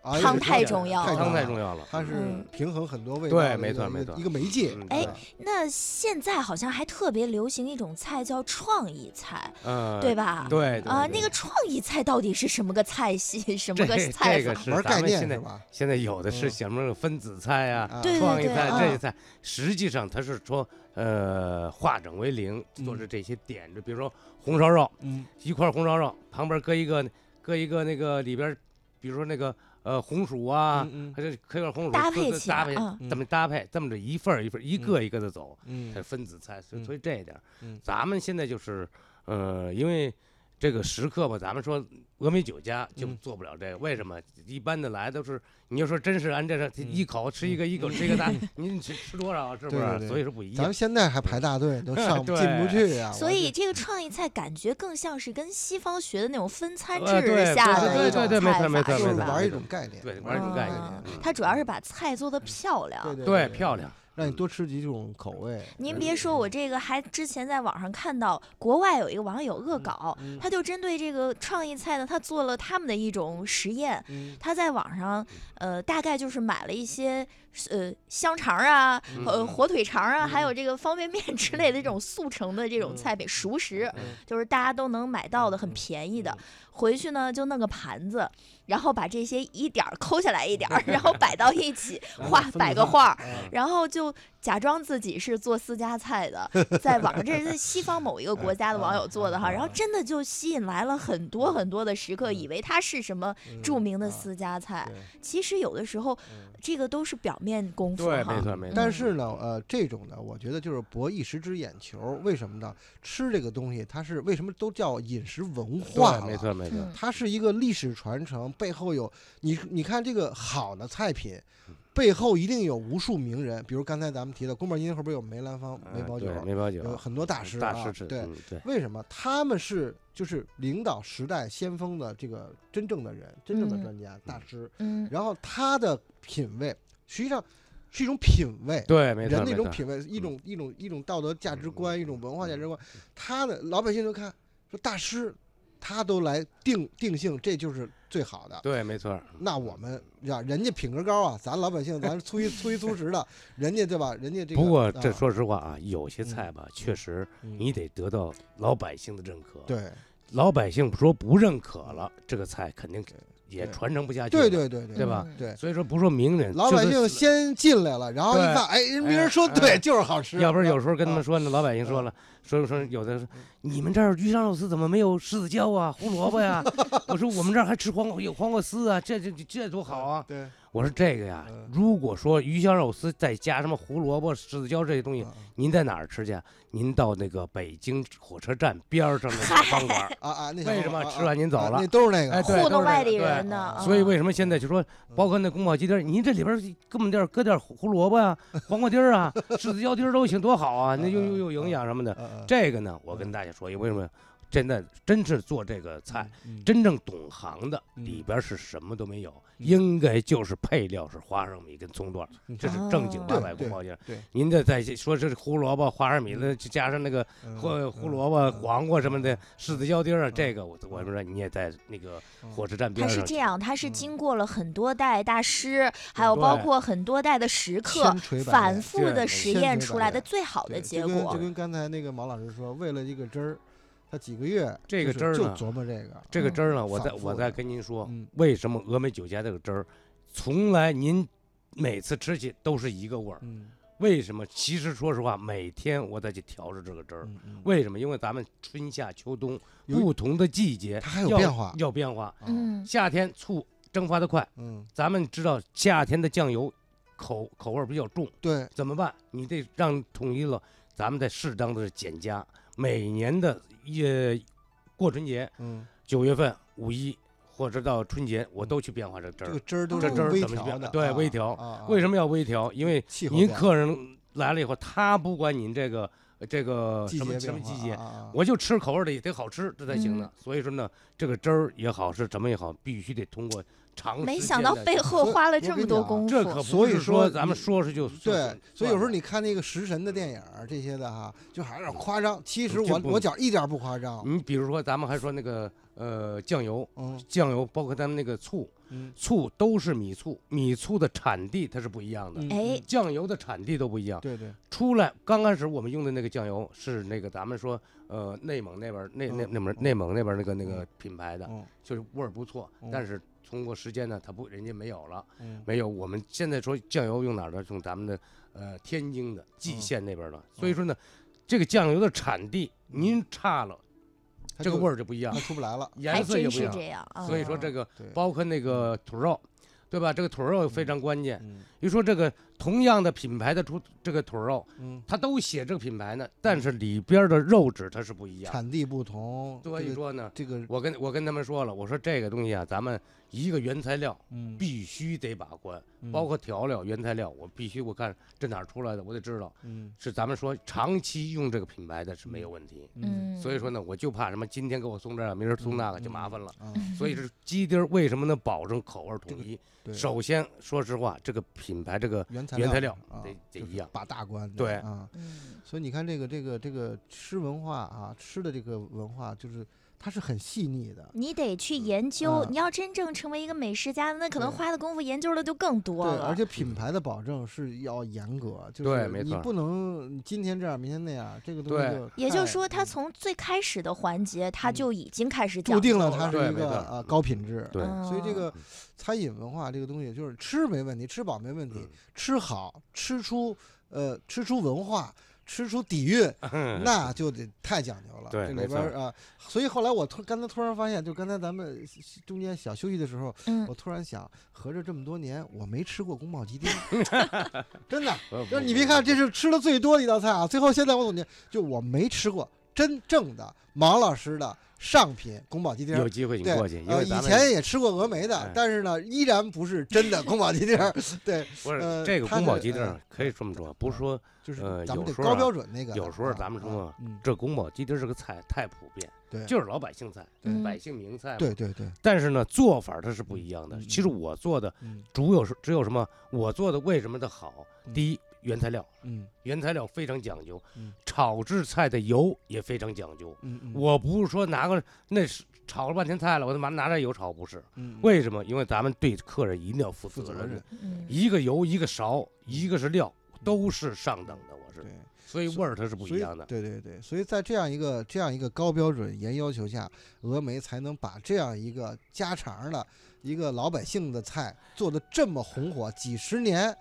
[SPEAKER 4] 哎
[SPEAKER 1] 汤
[SPEAKER 4] 是
[SPEAKER 1] 太
[SPEAKER 4] 这样
[SPEAKER 1] 重要
[SPEAKER 4] 太
[SPEAKER 1] 了
[SPEAKER 3] 汤太
[SPEAKER 4] 了
[SPEAKER 3] 重要了。
[SPEAKER 4] 它是
[SPEAKER 1] 嗯
[SPEAKER 4] 平衡很多味道
[SPEAKER 3] 对
[SPEAKER 4] 的一
[SPEAKER 3] 没
[SPEAKER 4] 个
[SPEAKER 3] 错
[SPEAKER 4] 一
[SPEAKER 3] 没
[SPEAKER 4] 个
[SPEAKER 3] 错
[SPEAKER 4] 一个媒介。
[SPEAKER 3] 嗯
[SPEAKER 1] 哎
[SPEAKER 4] 对吧，
[SPEAKER 1] 那现在好像还特别流行一种菜叫创意菜，
[SPEAKER 3] 呃，
[SPEAKER 1] 对吧？
[SPEAKER 3] 对对
[SPEAKER 1] 啊，
[SPEAKER 3] 对
[SPEAKER 1] 那个创意菜到底是什么个菜系， 什么
[SPEAKER 3] 这
[SPEAKER 1] 个菜
[SPEAKER 3] 这个
[SPEAKER 1] 法？
[SPEAKER 3] 是
[SPEAKER 4] 玩
[SPEAKER 3] 咱
[SPEAKER 4] 概
[SPEAKER 3] 们
[SPEAKER 4] 念
[SPEAKER 3] 现
[SPEAKER 4] 是
[SPEAKER 3] 在
[SPEAKER 4] 吧？
[SPEAKER 3] 现在有的是
[SPEAKER 4] 嗯
[SPEAKER 3] 什么分子菜啊，
[SPEAKER 4] 啊
[SPEAKER 1] 对
[SPEAKER 3] 创意
[SPEAKER 1] 对
[SPEAKER 3] 菜
[SPEAKER 1] 啊
[SPEAKER 3] 这些菜，实际上它是说，呃，化整为零，做着这些点缀，比如说红烧肉，
[SPEAKER 4] 嗯
[SPEAKER 3] 一块红烧肉，旁边搁一个搁一个那个里边儿，比如说那个呃红薯啊，
[SPEAKER 4] 嗯
[SPEAKER 3] 还是搁点红薯
[SPEAKER 1] 搭
[SPEAKER 3] 搁
[SPEAKER 1] 配
[SPEAKER 3] 搁
[SPEAKER 1] 起
[SPEAKER 3] 搭
[SPEAKER 1] 来
[SPEAKER 3] 配，
[SPEAKER 1] 啊，
[SPEAKER 4] 嗯
[SPEAKER 3] 这么搭配，这么着一份儿一份儿，一个一个的走，
[SPEAKER 4] 嗯
[SPEAKER 3] 它是
[SPEAKER 4] 嗯
[SPEAKER 3] 分子菜，所以
[SPEAKER 4] 嗯
[SPEAKER 3] 所以这一点儿
[SPEAKER 4] 嗯，
[SPEAKER 3] 咱们现在就是呃，因为这个食客吧，咱们说峨眉酒家就
[SPEAKER 4] 嗯
[SPEAKER 3] 做不了这个，为什么？一般的来都是你要说真是按这个
[SPEAKER 4] 嗯
[SPEAKER 3] 一口吃一个，一口吃一个大，你吃吃多少是不
[SPEAKER 4] 对对
[SPEAKER 3] 是？
[SPEAKER 4] 对
[SPEAKER 3] 所以说不一
[SPEAKER 4] 咱
[SPEAKER 3] 样
[SPEAKER 4] 们。现在还排大队，都上进
[SPEAKER 3] 对
[SPEAKER 4] 不去啊。
[SPEAKER 1] 所
[SPEAKER 4] 我
[SPEAKER 1] 以
[SPEAKER 4] 是
[SPEAKER 1] 这个创意菜感觉更像是跟西方学的那种分餐
[SPEAKER 3] 呃对
[SPEAKER 1] 制下
[SPEAKER 3] 对
[SPEAKER 1] 的
[SPEAKER 4] 对
[SPEAKER 1] 一种
[SPEAKER 4] 对对
[SPEAKER 3] 没
[SPEAKER 1] 菜
[SPEAKER 3] 错没
[SPEAKER 1] 法，
[SPEAKER 4] 就
[SPEAKER 3] 错
[SPEAKER 4] 是
[SPEAKER 3] 没错
[SPEAKER 1] 吧？
[SPEAKER 4] 玩一种概念，
[SPEAKER 3] 对玩一种概念
[SPEAKER 1] 啊
[SPEAKER 3] 嗯
[SPEAKER 1] 它主要是把菜做的漂
[SPEAKER 4] 对
[SPEAKER 1] 亮。
[SPEAKER 4] 对
[SPEAKER 3] 对，漂，亮，
[SPEAKER 4] 让你多吃几种口味。嗯
[SPEAKER 1] 您别说，我这个还之前在网上看到国外有一个网友恶搞，
[SPEAKER 4] 嗯
[SPEAKER 1] 他就针对这个创意菜呢，他做了他们的一种实验，
[SPEAKER 4] 嗯
[SPEAKER 1] 他在网上，呃，大概就是买了一些呃香肠啊、呃
[SPEAKER 3] 嗯
[SPEAKER 1] 火腿肠啊，还有
[SPEAKER 4] 嗯
[SPEAKER 1] 这个方便面之类的这种速成的这种菜品，熟食，
[SPEAKER 4] 嗯
[SPEAKER 1] 就是大家都能买到的，很
[SPEAKER 4] 嗯
[SPEAKER 1] 便宜的
[SPEAKER 4] 嗯。
[SPEAKER 1] 回去呢，就弄个盘子，然后把这些一点儿抠下来一点 儿，然后摆到一起，画
[SPEAKER 4] 分
[SPEAKER 1] 摆
[SPEAKER 4] 着
[SPEAKER 1] 个
[SPEAKER 4] 放
[SPEAKER 1] 画儿。
[SPEAKER 3] 嗯
[SPEAKER 4] 啊
[SPEAKER 1] 然后就假装自己是做私家菜的，在网上，这是在西方某一个国家的网友做的哈，然后真的就吸引来了很多很多的食客，
[SPEAKER 4] 嗯
[SPEAKER 1] 以为它是什么
[SPEAKER 3] 嗯
[SPEAKER 1] 著名
[SPEAKER 3] 啊
[SPEAKER 1] 的私家菜，
[SPEAKER 4] 对
[SPEAKER 1] 其实有的时候
[SPEAKER 4] 嗯
[SPEAKER 1] 这个都是表面功夫
[SPEAKER 3] 对，没
[SPEAKER 1] 哈。
[SPEAKER 3] 错没错。
[SPEAKER 4] 但是呢，呃，这种呢，我觉得就是博一时之眼球。为什么呢？吃这个东西，它是为什么都叫饮食文化
[SPEAKER 3] 对没
[SPEAKER 4] 了
[SPEAKER 3] 错没错。
[SPEAKER 1] 嗯
[SPEAKER 4] 它是一个历史传承，背后有你你看这个好的菜品，
[SPEAKER 3] 嗯
[SPEAKER 4] 背后一定有无数名人，比如刚才咱们提到宫本英后边有梅兰芳、梅
[SPEAKER 3] 嗯
[SPEAKER 4] 葆
[SPEAKER 3] 对
[SPEAKER 4] 玖，
[SPEAKER 3] 梅葆玖
[SPEAKER 4] 有很多大师、啊，
[SPEAKER 3] 大师吃，
[SPEAKER 4] 对。
[SPEAKER 3] 嗯对，
[SPEAKER 4] 为什么他们是就是领导时代先锋的这个真正的人，真正的
[SPEAKER 1] 嗯
[SPEAKER 4] 专家、大师？
[SPEAKER 1] 嗯，
[SPEAKER 4] 然后他的品味实际上是一种品味，
[SPEAKER 3] 对，没错，
[SPEAKER 4] 人的一
[SPEAKER 3] 没
[SPEAKER 4] 种
[SPEAKER 3] 错
[SPEAKER 4] 品味，一种一种一种道德价值观，
[SPEAKER 3] 嗯
[SPEAKER 4] 一种文化价值
[SPEAKER 3] 嗯
[SPEAKER 4] 观。他的老百姓就看说大师，他都来定定性，这就是最好的。
[SPEAKER 3] 对，没错。
[SPEAKER 4] 那我们呀，人家品格高啊，咱老百姓咱是粗衣粗衣粗食的，人家对吧？人家这个
[SPEAKER 3] 不过这
[SPEAKER 4] 啊
[SPEAKER 3] 说实话啊，有些
[SPEAKER 4] 嗯
[SPEAKER 3] 菜吧，确实
[SPEAKER 4] 嗯
[SPEAKER 3] 你得得到老百姓的认可。，
[SPEAKER 4] 对
[SPEAKER 3] 老百姓说不认可了，这个菜肯定也
[SPEAKER 4] 对
[SPEAKER 3] 传承不下去。
[SPEAKER 4] 对。对对对
[SPEAKER 3] 对吧
[SPEAKER 1] 嗯？
[SPEAKER 4] 对，
[SPEAKER 3] 所以说不说名人，
[SPEAKER 4] 老
[SPEAKER 3] 就
[SPEAKER 4] 百
[SPEAKER 3] 是
[SPEAKER 4] 姓先进来了，然后一
[SPEAKER 3] 对
[SPEAKER 4] 看，哎，人别人说
[SPEAKER 3] 哎
[SPEAKER 4] 对，就是好吃。
[SPEAKER 3] 要不是有时候跟他
[SPEAKER 4] 啊
[SPEAKER 3] 们
[SPEAKER 4] 嗯
[SPEAKER 3] 说呢，老百姓说了，说说有的说你们这儿鱼香肉丝怎么没有狮子椒啊、胡萝卜呀？ 我说我们这儿还吃黄瓜有黄瓜丝啊，这这这这多好啊！
[SPEAKER 4] 对，
[SPEAKER 3] 我说这个呀
[SPEAKER 4] 嗯，
[SPEAKER 3] 如果说鱼香肉丝再加什么胡萝卜、狮子椒这些东西，您在哪儿吃去？您到那个北京火车站边儿上的小饭
[SPEAKER 4] 。
[SPEAKER 3] 馆儿
[SPEAKER 4] 啊啊，那小
[SPEAKER 3] 为什
[SPEAKER 4] 伙
[SPEAKER 3] 么
[SPEAKER 4] 啊
[SPEAKER 3] 吃完您走
[SPEAKER 4] 啊
[SPEAKER 3] 了
[SPEAKER 4] 那？都是那
[SPEAKER 3] 哎
[SPEAKER 4] 个
[SPEAKER 3] 对
[SPEAKER 1] 糊
[SPEAKER 3] 都
[SPEAKER 1] 弄
[SPEAKER 3] 是
[SPEAKER 1] 外
[SPEAKER 3] 这
[SPEAKER 1] 地
[SPEAKER 3] 个对
[SPEAKER 1] 人呢
[SPEAKER 4] 啊。
[SPEAKER 3] 所以
[SPEAKER 1] 嗯
[SPEAKER 3] 为什么现在就说，
[SPEAKER 4] 嗯
[SPEAKER 3] 包括那宫保鸡丁儿，您这里边儿搁么点儿搁点儿胡胡萝卜 啊、黄瓜丁儿啊、
[SPEAKER 4] 嗯
[SPEAKER 3] 狮子椒丁儿都行，多好啊！那又又又营养什么的。
[SPEAKER 4] 呃，呃
[SPEAKER 3] 这个呢，我跟大家说，因为什么？真的真是做这个菜，
[SPEAKER 4] 嗯，嗯
[SPEAKER 3] 真正懂行的
[SPEAKER 4] 嗯
[SPEAKER 3] 里边是什么都没有，
[SPEAKER 4] 嗯
[SPEAKER 3] 应该就是配料是花生米跟葱段儿，
[SPEAKER 4] 你
[SPEAKER 3] 这
[SPEAKER 4] 看
[SPEAKER 3] 是正经
[SPEAKER 1] 哦
[SPEAKER 3] 八百
[SPEAKER 4] 对
[SPEAKER 3] 不冒尖。
[SPEAKER 4] 对，
[SPEAKER 3] 您这再说这是胡萝卜、花生米的，加上那个
[SPEAKER 4] 嗯
[SPEAKER 3] 胡胡萝
[SPEAKER 4] 嗯
[SPEAKER 3] 卜、
[SPEAKER 4] 嗯
[SPEAKER 3] 黄瓜什么的，柿子椒丁儿啊，
[SPEAKER 4] 嗯
[SPEAKER 3] 这个我我们说你也在那个
[SPEAKER 4] 嗯
[SPEAKER 3] 火车站
[SPEAKER 1] 它
[SPEAKER 3] 边
[SPEAKER 1] 是
[SPEAKER 3] 上
[SPEAKER 1] 这样，它是
[SPEAKER 4] 嗯
[SPEAKER 1] 经过了很多代大师，还有
[SPEAKER 3] 对
[SPEAKER 1] 包括很多代的食客
[SPEAKER 4] 千锤百炼
[SPEAKER 1] 反复的
[SPEAKER 3] 对
[SPEAKER 1] 实
[SPEAKER 4] 千
[SPEAKER 1] 验
[SPEAKER 4] 锤
[SPEAKER 1] 出
[SPEAKER 4] 百
[SPEAKER 1] 来的
[SPEAKER 4] 炼
[SPEAKER 1] 最好的
[SPEAKER 4] 对
[SPEAKER 1] 结
[SPEAKER 4] 就跟
[SPEAKER 1] 果
[SPEAKER 4] 就。跟刚才那个毛老师说，为了这个汁儿，他几个月
[SPEAKER 3] 这
[SPEAKER 4] 就
[SPEAKER 3] 个
[SPEAKER 4] 是
[SPEAKER 3] 汁儿
[SPEAKER 4] 就
[SPEAKER 3] 呢
[SPEAKER 4] 琢磨这个，
[SPEAKER 3] 这个汁儿呢，我
[SPEAKER 4] 反
[SPEAKER 3] 再
[SPEAKER 4] 复
[SPEAKER 3] 我再
[SPEAKER 4] 的
[SPEAKER 3] 跟您说
[SPEAKER 4] 嗯，
[SPEAKER 3] 为什么峨眉酒家这个汁儿，从来您每次吃去都是一个味儿？
[SPEAKER 4] 嗯
[SPEAKER 3] 为什么？其实说实话，每天我再去调制这个汁儿。
[SPEAKER 4] 嗯嗯，
[SPEAKER 3] 为什么？因为咱们春夏秋冬
[SPEAKER 4] 有一
[SPEAKER 3] 不同的季节，
[SPEAKER 4] 它还有
[SPEAKER 3] 要
[SPEAKER 4] 变化
[SPEAKER 3] 要变化。
[SPEAKER 4] 啊
[SPEAKER 1] 嗯，
[SPEAKER 3] 夏天醋蒸发的快，
[SPEAKER 4] 嗯，
[SPEAKER 3] 咱们知道夏天的酱油口口味儿比较重，
[SPEAKER 4] 对，
[SPEAKER 3] 怎么办？你得让统一了，咱们再适当的减加。每年的也过春节，
[SPEAKER 4] 嗯，
[SPEAKER 3] 九月份、五一或者到春节，我都去变化这汁
[SPEAKER 4] 这
[SPEAKER 3] 儿
[SPEAKER 4] 个。汁儿都
[SPEAKER 1] 这
[SPEAKER 4] 是
[SPEAKER 1] 汁儿
[SPEAKER 4] 微
[SPEAKER 3] 怎么
[SPEAKER 4] 调
[SPEAKER 3] 变
[SPEAKER 4] 的，
[SPEAKER 3] 对
[SPEAKER 4] 啊
[SPEAKER 3] 微调
[SPEAKER 4] 啊
[SPEAKER 3] 为
[SPEAKER 4] 么
[SPEAKER 3] 什么要微调？因为
[SPEAKER 4] 气候
[SPEAKER 3] 您
[SPEAKER 4] 变
[SPEAKER 3] 客人来了以后，他不管您这个呃这个
[SPEAKER 4] 季
[SPEAKER 3] 什么
[SPEAKER 4] 节
[SPEAKER 3] 什么
[SPEAKER 4] 变
[SPEAKER 3] 季
[SPEAKER 4] 化
[SPEAKER 3] 节
[SPEAKER 4] 啊，啊啊
[SPEAKER 3] 我就吃口味儿的也得好吃，这才行呢。
[SPEAKER 4] 嗯
[SPEAKER 3] 所以说呢，这个汁儿也好，是什么也好，必须得通过啊长时间的。
[SPEAKER 1] 没想到背后
[SPEAKER 4] 所以
[SPEAKER 1] 花了
[SPEAKER 4] 我
[SPEAKER 1] 这
[SPEAKER 4] 跟
[SPEAKER 1] 么
[SPEAKER 4] 你
[SPEAKER 1] 多
[SPEAKER 4] 讲
[SPEAKER 1] 功
[SPEAKER 3] 啊这
[SPEAKER 1] 夫
[SPEAKER 3] 可。
[SPEAKER 4] 所
[SPEAKER 3] 不
[SPEAKER 4] 以
[SPEAKER 3] 是
[SPEAKER 4] 说
[SPEAKER 3] 说咱们
[SPEAKER 4] 你
[SPEAKER 3] 说是就就
[SPEAKER 4] 嗯对
[SPEAKER 3] 是，
[SPEAKER 4] 所以有时候
[SPEAKER 3] 算
[SPEAKER 4] 你看那个食神的电影儿这些的哈，就还是夸张。其实
[SPEAKER 3] 就
[SPEAKER 4] 我
[SPEAKER 3] 不
[SPEAKER 4] 我讲一点儿不夸张
[SPEAKER 3] 了，你比如说咱们还说那个呃酱油，
[SPEAKER 4] 嗯
[SPEAKER 3] 酱油包括咱们那个醋，
[SPEAKER 4] 嗯
[SPEAKER 3] 醋都是米醋，米醋的产地它是不一样的。
[SPEAKER 4] 嗯
[SPEAKER 1] 哎
[SPEAKER 4] 嗯
[SPEAKER 3] 酱油的产地都不一样，
[SPEAKER 4] 对对，
[SPEAKER 3] 出来刚开始我们用的那个酱油是那个咱们说，呃，内蒙那边儿那那
[SPEAKER 4] 嗯
[SPEAKER 3] 那边儿
[SPEAKER 4] 嗯
[SPEAKER 3] 内蒙那边儿那个那
[SPEAKER 4] 嗯
[SPEAKER 3] 个品牌的，
[SPEAKER 4] 嗯
[SPEAKER 3] 就是味儿不错
[SPEAKER 4] 嗯，
[SPEAKER 3] 但是通过时间呢，它不人家没有了，
[SPEAKER 4] 嗯
[SPEAKER 3] 没有。我们现在说酱油用哪儿的？用咱们的呃天津的蓟
[SPEAKER 4] 嗯嗯
[SPEAKER 3] 县那边儿的。所以说呢，这个酱油的产地您差了，
[SPEAKER 4] 它
[SPEAKER 3] 这个
[SPEAKER 4] 就
[SPEAKER 3] 味儿就不一样
[SPEAKER 4] 它，出不来了。
[SPEAKER 1] 还
[SPEAKER 3] 颜色也
[SPEAKER 1] 真
[SPEAKER 3] 不一
[SPEAKER 1] 是
[SPEAKER 3] 样
[SPEAKER 1] 这。样啊！
[SPEAKER 3] 所以说这个
[SPEAKER 4] 对，
[SPEAKER 3] 包括那个土肉，对吧？这个土肉非常关键。
[SPEAKER 4] 嗯
[SPEAKER 3] 你说这个同样的品牌的出这个土肉，
[SPEAKER 4] 嗯，
[SPEAKER 3] 它都写这个品牌呢，但是里边的肉质它是不一样。
[SPEAKER 4] 产地不同，
[SPEAKER 3] 所
[SPEAKER 4] 这
[SPEAKER 3] 以
[SPEAKER 4] 个
[SPEAKER 3] 说呢，
[SPEAKER 4] 这个
[SPEAKER 3] 我跟我跟他们说了，我说这个东西啊，咱们一个原材料
[SPEAKER 4] 嗯，
[SPEAKER 3] 必须得把关，包
[SPEAKER 4] 嗯
[SPEAKER 3] 括调料、原材料，我必须我看这哪儿出来的，我得知道
[SPEAKER 4] 嗯
[SPEAKER 3] 是咱们说长期用这个品牌的是没有问题。
[SPEAKER 4] 嗯
[SPEAKER 1] 嗯，
[SPEAKER 3] 所以说呢，我就怕什么今天给我送这个，明儿送那个就麻烦了。
[SPEAKER 4] 啊，
[SPEAKER 1] 嗯
[SPEAKER 3] 所以是鸡丁儿为什么能保证口味统一？
[SPEAKER 4] 对，
[SPEAKER 3] 首先，说实话，这个品牌这个
[SPEAKER 4] 原材
[SPEAKER 3] 原材
[SPEAKER 4] 料
[SPEAKER 3] 料
[SPEAKER 4] 啊
[SPEAKER 3] 得得
[SPEAKER 4] 就是
[SPEAKER 3] 一样
[SPEAKER 4] 把大关的
[SPEAKER 3] 对
[SPEAKER 4] 啊，
[SPEAKER 1] 嗯，
[SPEAKER 4] 所以你看这个这个这个吃文化啊，吃的这个文化就是它是很细腻的，
[SPEAKER 1] 你得去
[SPEAKER 3] 嗯
[SPEAKER 1] 研究
[SPEAKER 4] 啊。
[SPEAKER 1] 你要真正成为一个美食家，那可能
[SPEAKER 4] 对
[SPEAKER 1] 花的功夫研究的就更多
[SPEAKER 4] 对，
[SPEAKER 1] 了。
[SPEAKER 4] 而且品牌的保证是要严格，就
[SPEAKER 3] 对
[SPEAKER 4] 是
[SPEAKER 3] 没
[SPEAKER 4] 你
[SPEAKER 3] 错儿
[SPEAKER 4] 不能今天这样，明天那样，这个东西
[SPEAKER 3] 对
[SPEAKER 4] 就
[SPEAKER 1] 也就是
[SPEAKER 4] 太
[SPEAKER 1] 说，它
[SPEAKER 4] 嗯
[SPEAKER 1] 从最开始的环节，它
[SPEAKER 4] 嗯
[SPEAKER 1] 就已经开始
[SPEAKER 4] 注
[SPEAKER 1] 讲
[SPEAKER 4] 定
[SPEAKER 1] 究
[SPEAKER 4] 了
[SPEAKER 1] 了
[SPEAKER 4] 它
[SPEAKER 3] 对
[SPEAKER 4] 是一
[SPEAKER 3] 没
[SPEAKER 4] 个
[SPEAKER 3] 错
[SPEAKER 4] 啊高品质。
[SPEAKER 3] 对
[SPEAKER 4] 所以这
[SPEAKER 1] 嗯
[SPEAKER 4] 个餐饮文化这个东西，就是吃没问题，吃饱没问题
[SPEAKER 3] 嗯，
[SPEAKER 4] 吃好吃出呃吃出文化，吃出底蕴， 那就得太讲究了。
[SPEAKER 3] 嗯对
[SPEAKER 4] 这里
[SPEAKER 3] 没
[SPEAKER 4] 边儿
[SPEAKER 3] 错
[SPEAKER 4] 啊，所以后来我突刚才突然发现，就刚才咱们中间小休息的时候，
[SPEAKER 1] 嗯
[SPEAKER 4] 我突然想，合着这么多年我没吃过宫保 鸡丁，真的。
[SPEAKER 3] 不
[SPEAKER 4] 就是
[SPEAKER 3] 不
[SPEAKER 4] 你
[SPEAKER 3] 不
[SPEAKER 4] 别看
[SPEAKER 3] 不
[SPEAKER 4] 这是吃的最多的一道菜啊，最后现在我总结，就我没吃过真正的毛老师的上品宫保鸡丁儿。
[SPEAKER 3] 有机会请
[SPEAKER 4] 对，
[SPEAKER 3] 过去，因
[SPEAKER 4] 呃，
[SPEAKER 3] 为
[SPEAKER 4] 以
[SPEAKER 3] 咱们
[SPEAKER 4] 前也吃过峨眉的，
[SPEAKER 3] 哎
[SPEAKER 4] 但是呢，依然不是真的宫保鸡 丁儿。对，
[SPEAKER 3] 不是、
[SPEAKER 4] 呃
[SPEAKER 3] 这个
[SPEAKER 4] 它
[SPEAKER 3] 宫保
[SPEAKER 4] 是
[SPEAKER 3] 鸡丁
[SPEAKER 4] 呃
[SPEAKER 3] 儿可以这么说，不是说
[SPEAKER 4] 就是
[SPEAKER 3] 呃
[SPEAKER 4] 咱们
[SPEAKER 3] 有
[SPEAKER 4] 得
[SPEAKER 3] 时候
[SPEAKER 4] 高
[SPEAKER 3] 啊
[SPEAKER 4] 标准那个的。
[SPEAKER 3] 有时候
[SPEAKER 4] 啊
[SPEAKER 3] 咱们说
[SPEAKER 4] 啊嗯，
[SPEAKER 3] 这宫保鸡丁儿这个菜太普遍，
[SPEAKER 4] 对，
[SPEAKER 3] 就是老百姓菜，
[SPEAKER 1] 嗯
[SPEAKER 3] 百姓名菜。
[SPEAKER 4] 对，对对，
[SPEAKER 3] 但是呢，做法它是不一样的。
[SPEAKER 4] 嗯
[SPEAKER 3] 其实我做的
[SPEAKER 4] 嗯
[SPEAKER 3] 主有是只有什么，我做的为什么的好？
[SPEAKER 4] 嗯
[SPEAKER 3] 第一，原材料，
[SPEAKER 4] 嗯
[SPEAKER 3] 原材料非常讲究
[SPEAKER 4] 嗯，
[SPEAKER 3] 炒制菜的油也非常讲究。
[SPEAKER 4] 嗯嗯，
[SPEAKER 3] 我不是说拿个那是炒了半天菜了，我他妈拿点油炒不是？
[SPEAKER 4] 嗯
[SPEAKER 3] 为什么？因为咱们对客人一定要负
[SPEAKER 4] 负
[SPEAKER 3] 责
[SPEAKER 4] 责任
[SPEAKER 3] 任，，
[SPEAKER 1] 嗯
[SPEAKER 3] 一个油，一个勺，一个是料，都是上等的，我是
[SPEAKER 4] 对。，
[SPEAKER 3] 所以
[SPEAKER 4] 所
[SPEAKER 3] 味儿它是不
[SPEAKER 4] 所
[SPEAKER 3] 一
[SPEAKER 4] 以
[SPEAKER 3] 样的。
[SPEAKER 4] 对对对，所以在这样一个这样一个高标准严要求下，峨眉才能把这样一个家常儿的一个老百姓的菜做的这么红火，几十年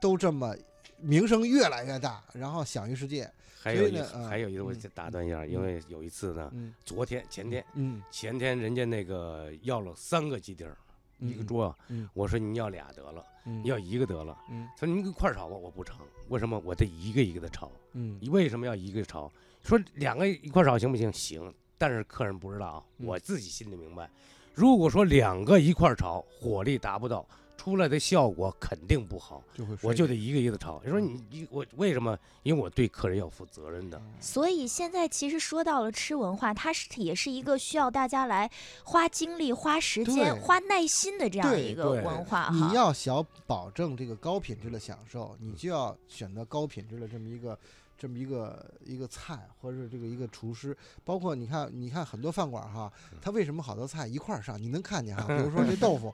[SPEAKER 4] 都这么名声越来越大，然后享誉世界。
[SPEAKER 3] 还
[SPEAKER 4] 所
[SPEAKER 3] 有
[SPEAKER 4] 以
[SPEAKER 3] 一
[SPEAKER 4] 呢啊
[SPEAKER 3] 还有一个，我
[SPEAKER 4] 嗯
[SPEAKER 3] 打断一下，因
[SPEAKER 4] 嗯
[SPEAKER 3] 为有一次呢，
[SPEAKER 4] 嗯
[SPEAKER 3] 昨天前天
[SPEAKER 4] 嗯，
[SPEAKER 3] 前天人家那个要了三个鸡丁儿，一个桌啊
[SPEAKER 4] 嗯，
[SPEAKER 3] 我说您要俩得了，
[SPEAKER 4] 嗯，
[SPEAKER 3] 你要一个得了。
[SPEAKER 4] 嗯
[SPEAKER 3] 他说您一块儿炒吧，我不成。为什么？我得一个一个的炒。
[SPEAKER 4] 嗯
[SPEAKER 3] 你为什么要一个炒？说两个一块儿炒行不行？行，但是客人不知道啊，
[SPEAKER 4] 嗯
[SPEAKER 3] 我自己心里明白。如果说两个一块儿炒，火力达不到，出来的效果肯定不好，
[SPEAKER 4] 就会
[SPEAKER 3] 我
[SPEAKER 4] 睡
[SPEAKER 3] 就
[SPEAKER 4] 着
[SPEAKER 3] 得一个一个炒。你说你你我为什么？因为我对客人要负责任的。
[SPEAKER 1] 所以现在其实说到了吃文化，它是也是一个需要大家来花精力、花时间、
[SPEAKER 4] 对
[SPEAKER 1] 花耐心的这样
[SPEAKER 4] 对
[SPEAKER 1] 一个
[SPEAKER 3] 对
[SPEAKER 1] 文化
[SPEAKER 4] 你
[SPEAKER 1] 啊哈。
[SPEAKER 4] 要想保证这个高品质的享受，你就要选择高品质的这么一个。这么一个一个菜，或者是这个一个厨师，包括你看，你看很多饭馆哈，
[SPEAKER 3] 嗯
[SPEAKER 4] 它为什么好多菜一块儿上？你能看见 哈，比如说这豆腐，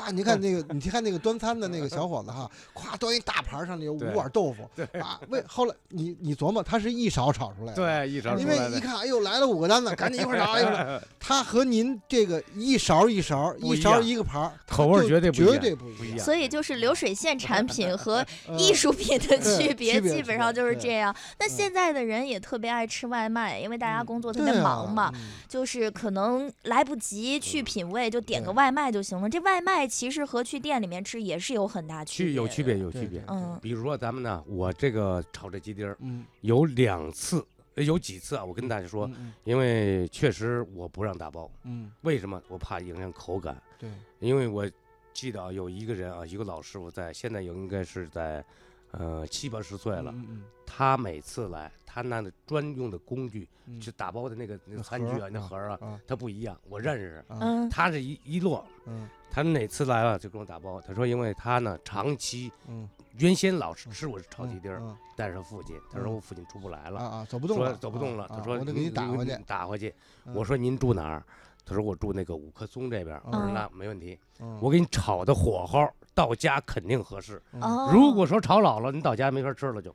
[SPEAKER 4] 咵，你看那个，你看那个端餐的那个小伙子哈，咵端一大盘儿上来有五
[SPEAKER 3] 对
[SPEAKER 4] 碗豆腐，啊，为后来你你琢磨，他是一勺炒出来的，
[SPEAKER 3] 对，一勺
[SPEAKER 4] 因
[SPEAKER 3] 出
[SPEAKER 4] 为
[SPEAKER 3] 来
[SPEAKER 4] 一
[SPEAKER 3] 的。
[SPEAKER 4] 看，哎呦，来了五个单子，赶紧一块儿拿一块儿 拿。它和您这个一勺一勺、
[SPEAKER 3] 不
[SPEAKER 4] 一
[SPEAKER 3] 一
[SPEAKER 4] 勺
[SPEAKER 3] 样
[SPEAKER 4] 一个盘儿，
[SPEAKER 3] 口味儿
[SPEAKER 4] 就
[SPEAKER 3] 绝对不一
[SPEAKER 4] 绝
[SPEAKER 3] 样
[SPEAKER 4] 对不
[SPEAKER 3] 不一样
[SPEAKER 1] 所以就是流水线产 品和
[SPEAKER 4] 呃
[SPEAKER 1] 艺术品的
[SPEAKER 4] 嗯对
[SPEAKER 1] 区别，
[SPEAKER 4] 区别
[SPEAKER 1] 基本上就是
[SPEAKER 4] 对
[SPEAKER 1] 这样。那
[SPEAKER 4] 嗯
[SPEAKER 1] 现在的人也特别爱吃外卖，因为大家
[SPEAKER 4] 嗯
[SPEAKER 1] 工作特
[SPEAKER 4] 对
[SPEAKER 1] 别
[SPEAKER 4] 啊
[SPEAKER 1] 忙嘛，
[SPEAKER 4] 嗯
[SPEAKER 1] 就是可能来不及去品味，就点个
[SPEAKER 4] 对
[SPEAKER 1] 外卖就行了。这外卖其实和去店里面吃也是有很大区
[SPEAKER 3] 区
[SPEAKER 1] 别，
[SPEAKER 3] 有区。别，有区
[SPEAKER 4] 对
[SPEAKER 3] 别
[SPEAKER 4] 对。
[SPEAKER 1] 嗯，
[SPEAKER 3] 比如说咱们呢，我这个炒这鸡丁儿
[SPEAKER 4] 嗯，
[SPEAKER 3] 有两次，呃有几次啊，我跟大家说，
[SPEAKER 4] 嗯
[SPEAKER 3] 因为确实我不让打包，
[SPEAKER 4] 嗯，
[SPEAKER 3] 为什么？我怕影响口感。
[SPEAKER 4] 嗯对，
[SPEAKER 3] 因为我记得啊，有一个人啊，一个老师傅在，现在应该是在，呃，七八十岁了。
[SPEAKER 4] 嗯嗯
[SPEAKER 3] 他每次来，他拿的专用的工具，
[SPEAKER 4] 嗯
[SPEAKER 3] 就打包的那个那个
[SPEAKER 4] 那
[SPEAKER 3] 餐
[SPEAKER 4] 盒
[SPEAKER 3] 具
[SPEAKER 4] 儿
[SPEAKER 3] 啊，那
[SPEAKER 4] 啊
[SPEAKER 3] 盒儿啊，
[SPEAKER 4] 啊
[SPEAKER 3] 他不一样。我认识，
[SPEAKER 4] 啊
[SPEAKER 1] 嗯，
[SPEAKER 3] 他是一一摞。
[SPEAKER 4] 嗯
[SPEAKER 3] 他哪次来了就跟我打包，他说因为他呢长期
[SPEAKER 4] 嗯，
[SPEAKER 3] 原先老是吃我炒
[SPEAKER 4] 嗯
[SPEAKER 3] 鸡丁儿，
[SPEAKER 4] 嗯
[SPEAKER 3] 带着他父亲，他说
[SPEAKER 4] 嗯
[SPEAKER 3] 我父亲出不来
[SPEAKER 4] 啊
[SPEAKER 3] 了，
[SPEAKER 4] 啊，走不动
[SPEAKER 3] 说
[SPEAKER 4] 了，
[SPEAKER 3] 走不动了，
[SPEAKER 4] 啊
[SPEAKER 3] 他
[SPEAKER 4] 啊
[SPEAKER 3] 说
[SPEAKER 4] 我得给你打回去，
[SPEAKER 3] 打回去。
[SPEAKER 4] 嗯
[SPEAKER 3] 我说您住哪儿？他说我住那个五棵松这边儿。我说
[SPEAKER 1] 嗯
[SPEAKER 3] 那没问题，
[SPEAKER 4] 嗯
[SPEAKER 3] 我给你炒的火候，到家肯定合适。
[SPEAKER 4] 嗯
[SPEAKER 1] 哦，
[SPEAKER 3] 如果说炒老了，你到家没法吃了就。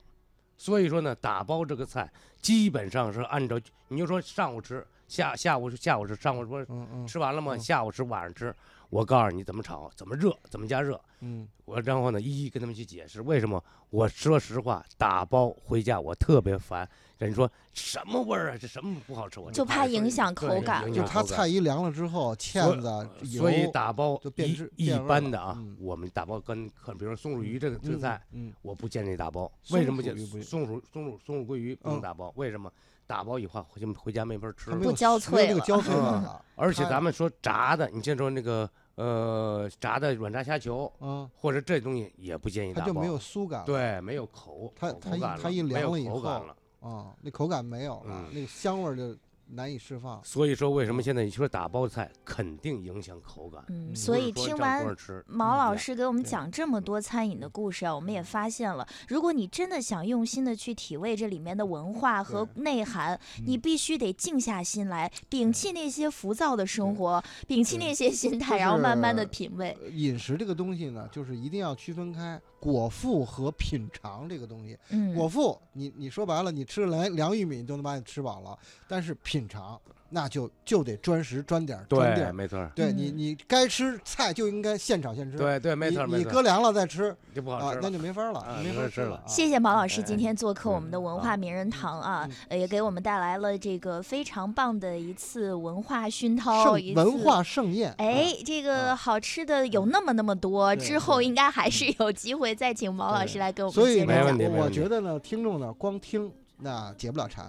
[SPEAKER 3] 所以说呢，打包这个菜基本上是按照你就说上午吃，下下午是下午吃，上午说
[SPEAKER 4] 嗯嗯
[SPEAKER 3] 吃完了吗？
[SPEAKER 4] 嗯
[SPEAKER 3] 下午吃，晚上吃。我告诉你怎么炒，怎么热，怎么加热。
[SPEAKER 4] 嗯
[SPEAKER 3] 我然后呢，一一跟他们去解释为什么。我说实话，打包回家我特别烦。人说什么味儿啊？这什么不好吃？我
[SPEAKER 1] 就怕影响口感
[SPEAKER 4] 嗯，就它
[SPEAKER 3] 他
[SPEAKER 4] 菜一凉了之后，
[SPEAKER 3] 所呃
[SPEAKER 4] 芡子呃油
[SPEAKER 3] 所以打包
[SPEAKER 4] 就变质
[SPEAKER 3] 一一
[SPEAKER 4] 变味儿
[SPEAKER 3] 般
[SPEAKER 4] 了
[SPEAKER 3] 的啊
[SPEAKER 4] 嗯，
[SPEAKER 3] 我们打包跟客，比如说松鼠鱼这个这个
[SPEAKER 4] 嗯
[SPEAKER 3] 菜，，
[SPEAKER 4] 嗯
[SPEAKER 3] 我不建议打包。
[SPEAKER 4] 松
[SPEAKER 3] 为什么不
[SPEAKER 4] 鼠
[SPEAKER 3] 建
[SPEAKER 4] 鱼不行
[SPEAKER 3] 松鼠松鼠松鼠鲑鱼不能打包？为什么？打包以后回家回家没法吃
[SPEAKER 4] 它。没
[SPEAKER 1] 不
[SPEAKER 4] 有
[SPEAKER 1] 焦
[SPEAKER 4] 没有
[SPEAKER 1] 脆
[SPEAKER 4] 那个
[SPEAKER 1] 了
[SPEAKER 4] 焦脆感
[SPEAKER 3] 嗯
[SPEAKER 4] 了，
[SPEAKER 3] 而且
[SPEAKER 4] 它
[SPEAKER 3] 咱们说炸的，你像说那个呃炸的软炸虾球
[SPEAKER 4] 嗯，
[SPEAKER 3] 或者这东西也不建议
[SPEAKER 4] 它
[SPEAKER 3] 打
[SPEAKER 4] 就
[SPEAKER 3] 包
[SPEAKER 4] 没。有酥感了，
[SPEAKER 3] 对，没有口
[SPEAKER 4] 它
[SPEAKER 3] 口
[SPEAKER 4] 它
[SPEAKER 3] 口
[SPEAKER 4] 一
[SPEAKER 3] 感
[SPEAKER 4] 它一
[SPEAKER 3] 没
[SPEAKER 4] 凉
[SPEAKER 3] 有
[SPEAKER 4] 了以
[SPEAKER 3] 口感
[SPEAKER 4] 后
[SPEAKER 3] 了。
[SPEAKER 4] 啊，那口感没有了，
[SPEAKER 3] 嗯
[SPEAKER 4] 那个香味儿就难以释放。
[SPEAKER 3] 所以说，为什么现在你说打包菜肯定影响口感？
[SPEAKER 1] 嗯，
[SPEAKER 4] 嗯
[SPEAKER 1] 所以
[SPEAKER 3] 不是
[SPEAKER 1] 听
[SPEAKER 3] 说照
[SPEAKER 1] 完
[SPEAKER 3] 多少吃
[SPEAKER 1] 毛
[SPEAKER 3] 嗯
[SPEAKER 1] 老
[SPEAKER 3] 对
[SPEAKER 1] 师给我们
[SPEAKER 4] 对
[SPEAKER 1] 讲这么多餐饮的故事啊，我们也发现了，如果你真的想用心的去体味这里面的文化和内涵，你
[SPEAKER 4] 嗯
[SPEAKER 1] 必须得静下心来，摒弃那些浮躁的生活，摒弃
[SPEAKER 4] 对
[SPEAKER 1] 那些心态，
[SPEAKER 4] 就
[SPEAKER 1] 然后慢慢的
[SPEAKER 4] 是
[SPEAKER 1] 品味。
[SPEAKER 4] 呃饮食这个东西呢，就是一定要区分开果腹和品尝这个东西。
[SPEAKER 1] 嗯，
[SPEAKER 4] 果腹，你你说白了，你吃凉凉玉米你都能把你吃饱了，但是品尝那就就得专时专点儿专地
[SPEAKER 3] 对，
[SPEAKER 4] 儿。
[SPEAKER 3] 没错儿，
[SPEAKER 4] 对你，
[SPEAKER 1] 嗯
[SPEAKER 4] 你该吃菜就应该现炒现吃。，
[SPEAKER 3] 对对，没错儿
[SPEAKER 4] 你
[SPEAKER 3] 没
[SPEAKER 4] 你
[SPEAKER 3] 错
[SPEAKER 4] 搁
[SPEAKER 3] 儿，
[SPEAKER 4] 凉了再吃
[SPEAKER 3] 就不好
[SPEAKER 4] 啊
[SPEAKER 3] 吃，了
[SPEAKER 4] 那。就没法
[SPEAKER 3] 啊
[SPEAKER 4] 了，没
[SPEAKER 3] 没
[SPEAKER 4] 法
[SPEAKER 3] 法
[SPEAKER 4] 吃
[SPEAKER 3] 吃
[SPEAKER 4] 了
[SPEAKER 3] 了
[SPEAKER 4] 啊。
[SPEAKER 1] 谢谢毛老师今
[SPEAKER 3] 哎
[SPEAKER 1] 天做客我们
[SPEAKER 3] 嗯
[SPEAKER 1] 的文化名人堂啊
[SPEAKER 4] 嗯，
[SPEAKER 1] 呃也给我们带来了这个非常棒的一次文化熏陶，一
[SPEAKER 4] 盛文
[SPEAKER 1] 次
[SPEAKER 4] 化盛宴。啊
[SPEAKER 1] 哎，这个
[SPEAKER 4] 啊
[SPEAKER 1] 好吃的有那么那么多，
[SPEAKER 4] 对
[SPEAKER 1] 之后
[SPEAKER 4] 对嗯
[SPEAKER 1] 应该还是有机会再请毛老
[SPEAKER 4] 对
[SPEAKER 1] 师来给我们
[SPEAKER 4] 所以
[SPEAKER 1] 接着
[SPEAKER 4] 呢
[SPEAKER 3] 没问
[SPEAKER 1] 讲，
[SPEAKER 3] 题没
[SPEAKER 4] 我
[SPEAKER 3] 问题
[SPEAKER 4] 觉得呢，听众呢光听那解不了馋，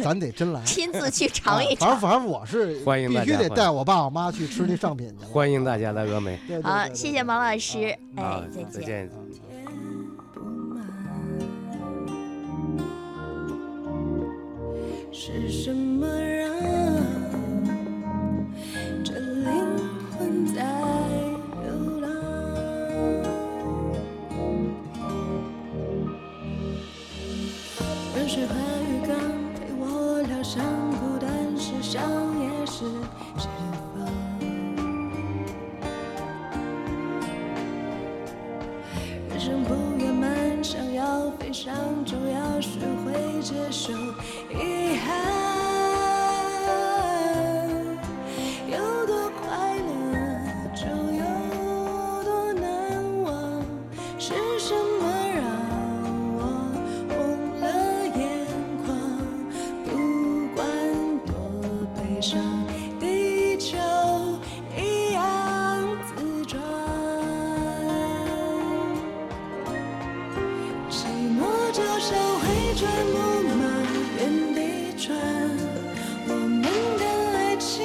[SPEAKER 4] 咱得 真来。
[SPEAKER 1] 亲自去尝
[SPEAKER 4] 啊
[SPEAKER 1] 一
[SPEAKER 4] 反
[SPEAKER 1] 尝。
[SPEAKER 4] 正反正我是
[SPEAKER 3] 欢迎
[SPEAKER 4] 必
[SPEAKER 3] 大
[SPEAKER 4] 须
[SPEAKER 3] 家
[SPEAKER 4] 得
[SPEAKER 3] 欢
[SPEAKER 4] 带
[SPEAKER 3] 迎
[SPEAKER 4] 我爸我妈去吃那上品去了。
[SPEAKER 3] 欢迎大家来峨眉。
[SPEAKER 4] 对，对
[SPEAKER 1] 好，
[SPEAKER 4] 对
[SPEAKER 1] 谢
[SPEAKER 4] 对
[SPEAKER 1] 谢
[SPEAKER 4] 对
[SPEAKER 1] 毛老
[SPEAKER 4] 对
[SPEAKER 1] 师，哎
[SPEAKER 3] 啊，
[SPEAKER 1] 再
[SPEAKER 3] 再
[SPEAKER 1] 见。
[SPEAKER 3] 见。
[SPEAKER 2] 填不满，是什么让这灵魂在流浪？人水怀鱼缸陪我疗伤，孤单是伤，也是释放。人生不圆满，想要飞翔，就要学会接受遗憾。有多快乐，就有多难忘。是什么让我红了眼眶？不管多悲伤，地球一样自转。寂寞就像回转木马原地转，我们的爱情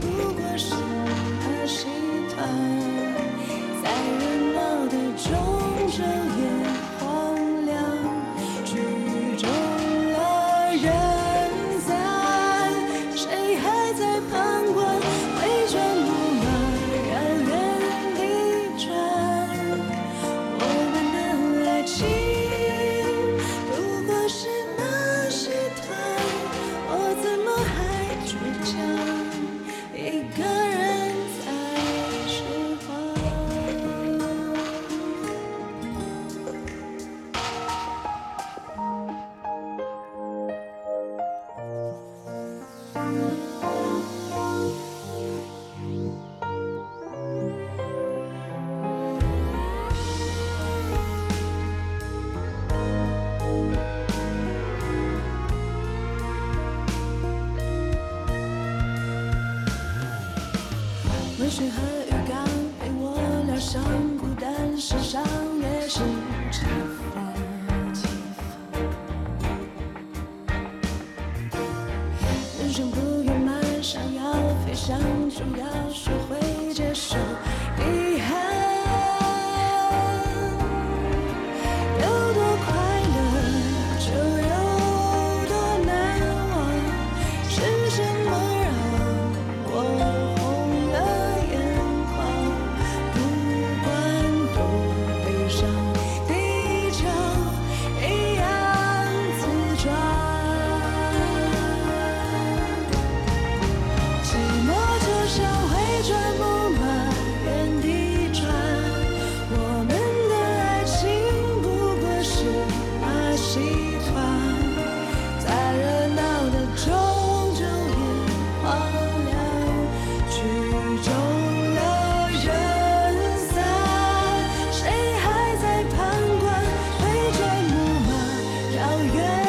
[SPEAKER 2] 不过是儿戏团，在人适合浴缸陪我疗伤，孤单时尚也是解放。人生不圆满，想要飞翔，就要学会接受遗憾。有多快乐，就有多难忘。是什么让我红了眼眶？不管多悲伤，地球一样自转。寂寞就像回转木马，原地转。我们的爱情不过是马戏团，在热闹的中就变荒凉，曲终了人散，谁还在旁观？回转木马，绕远。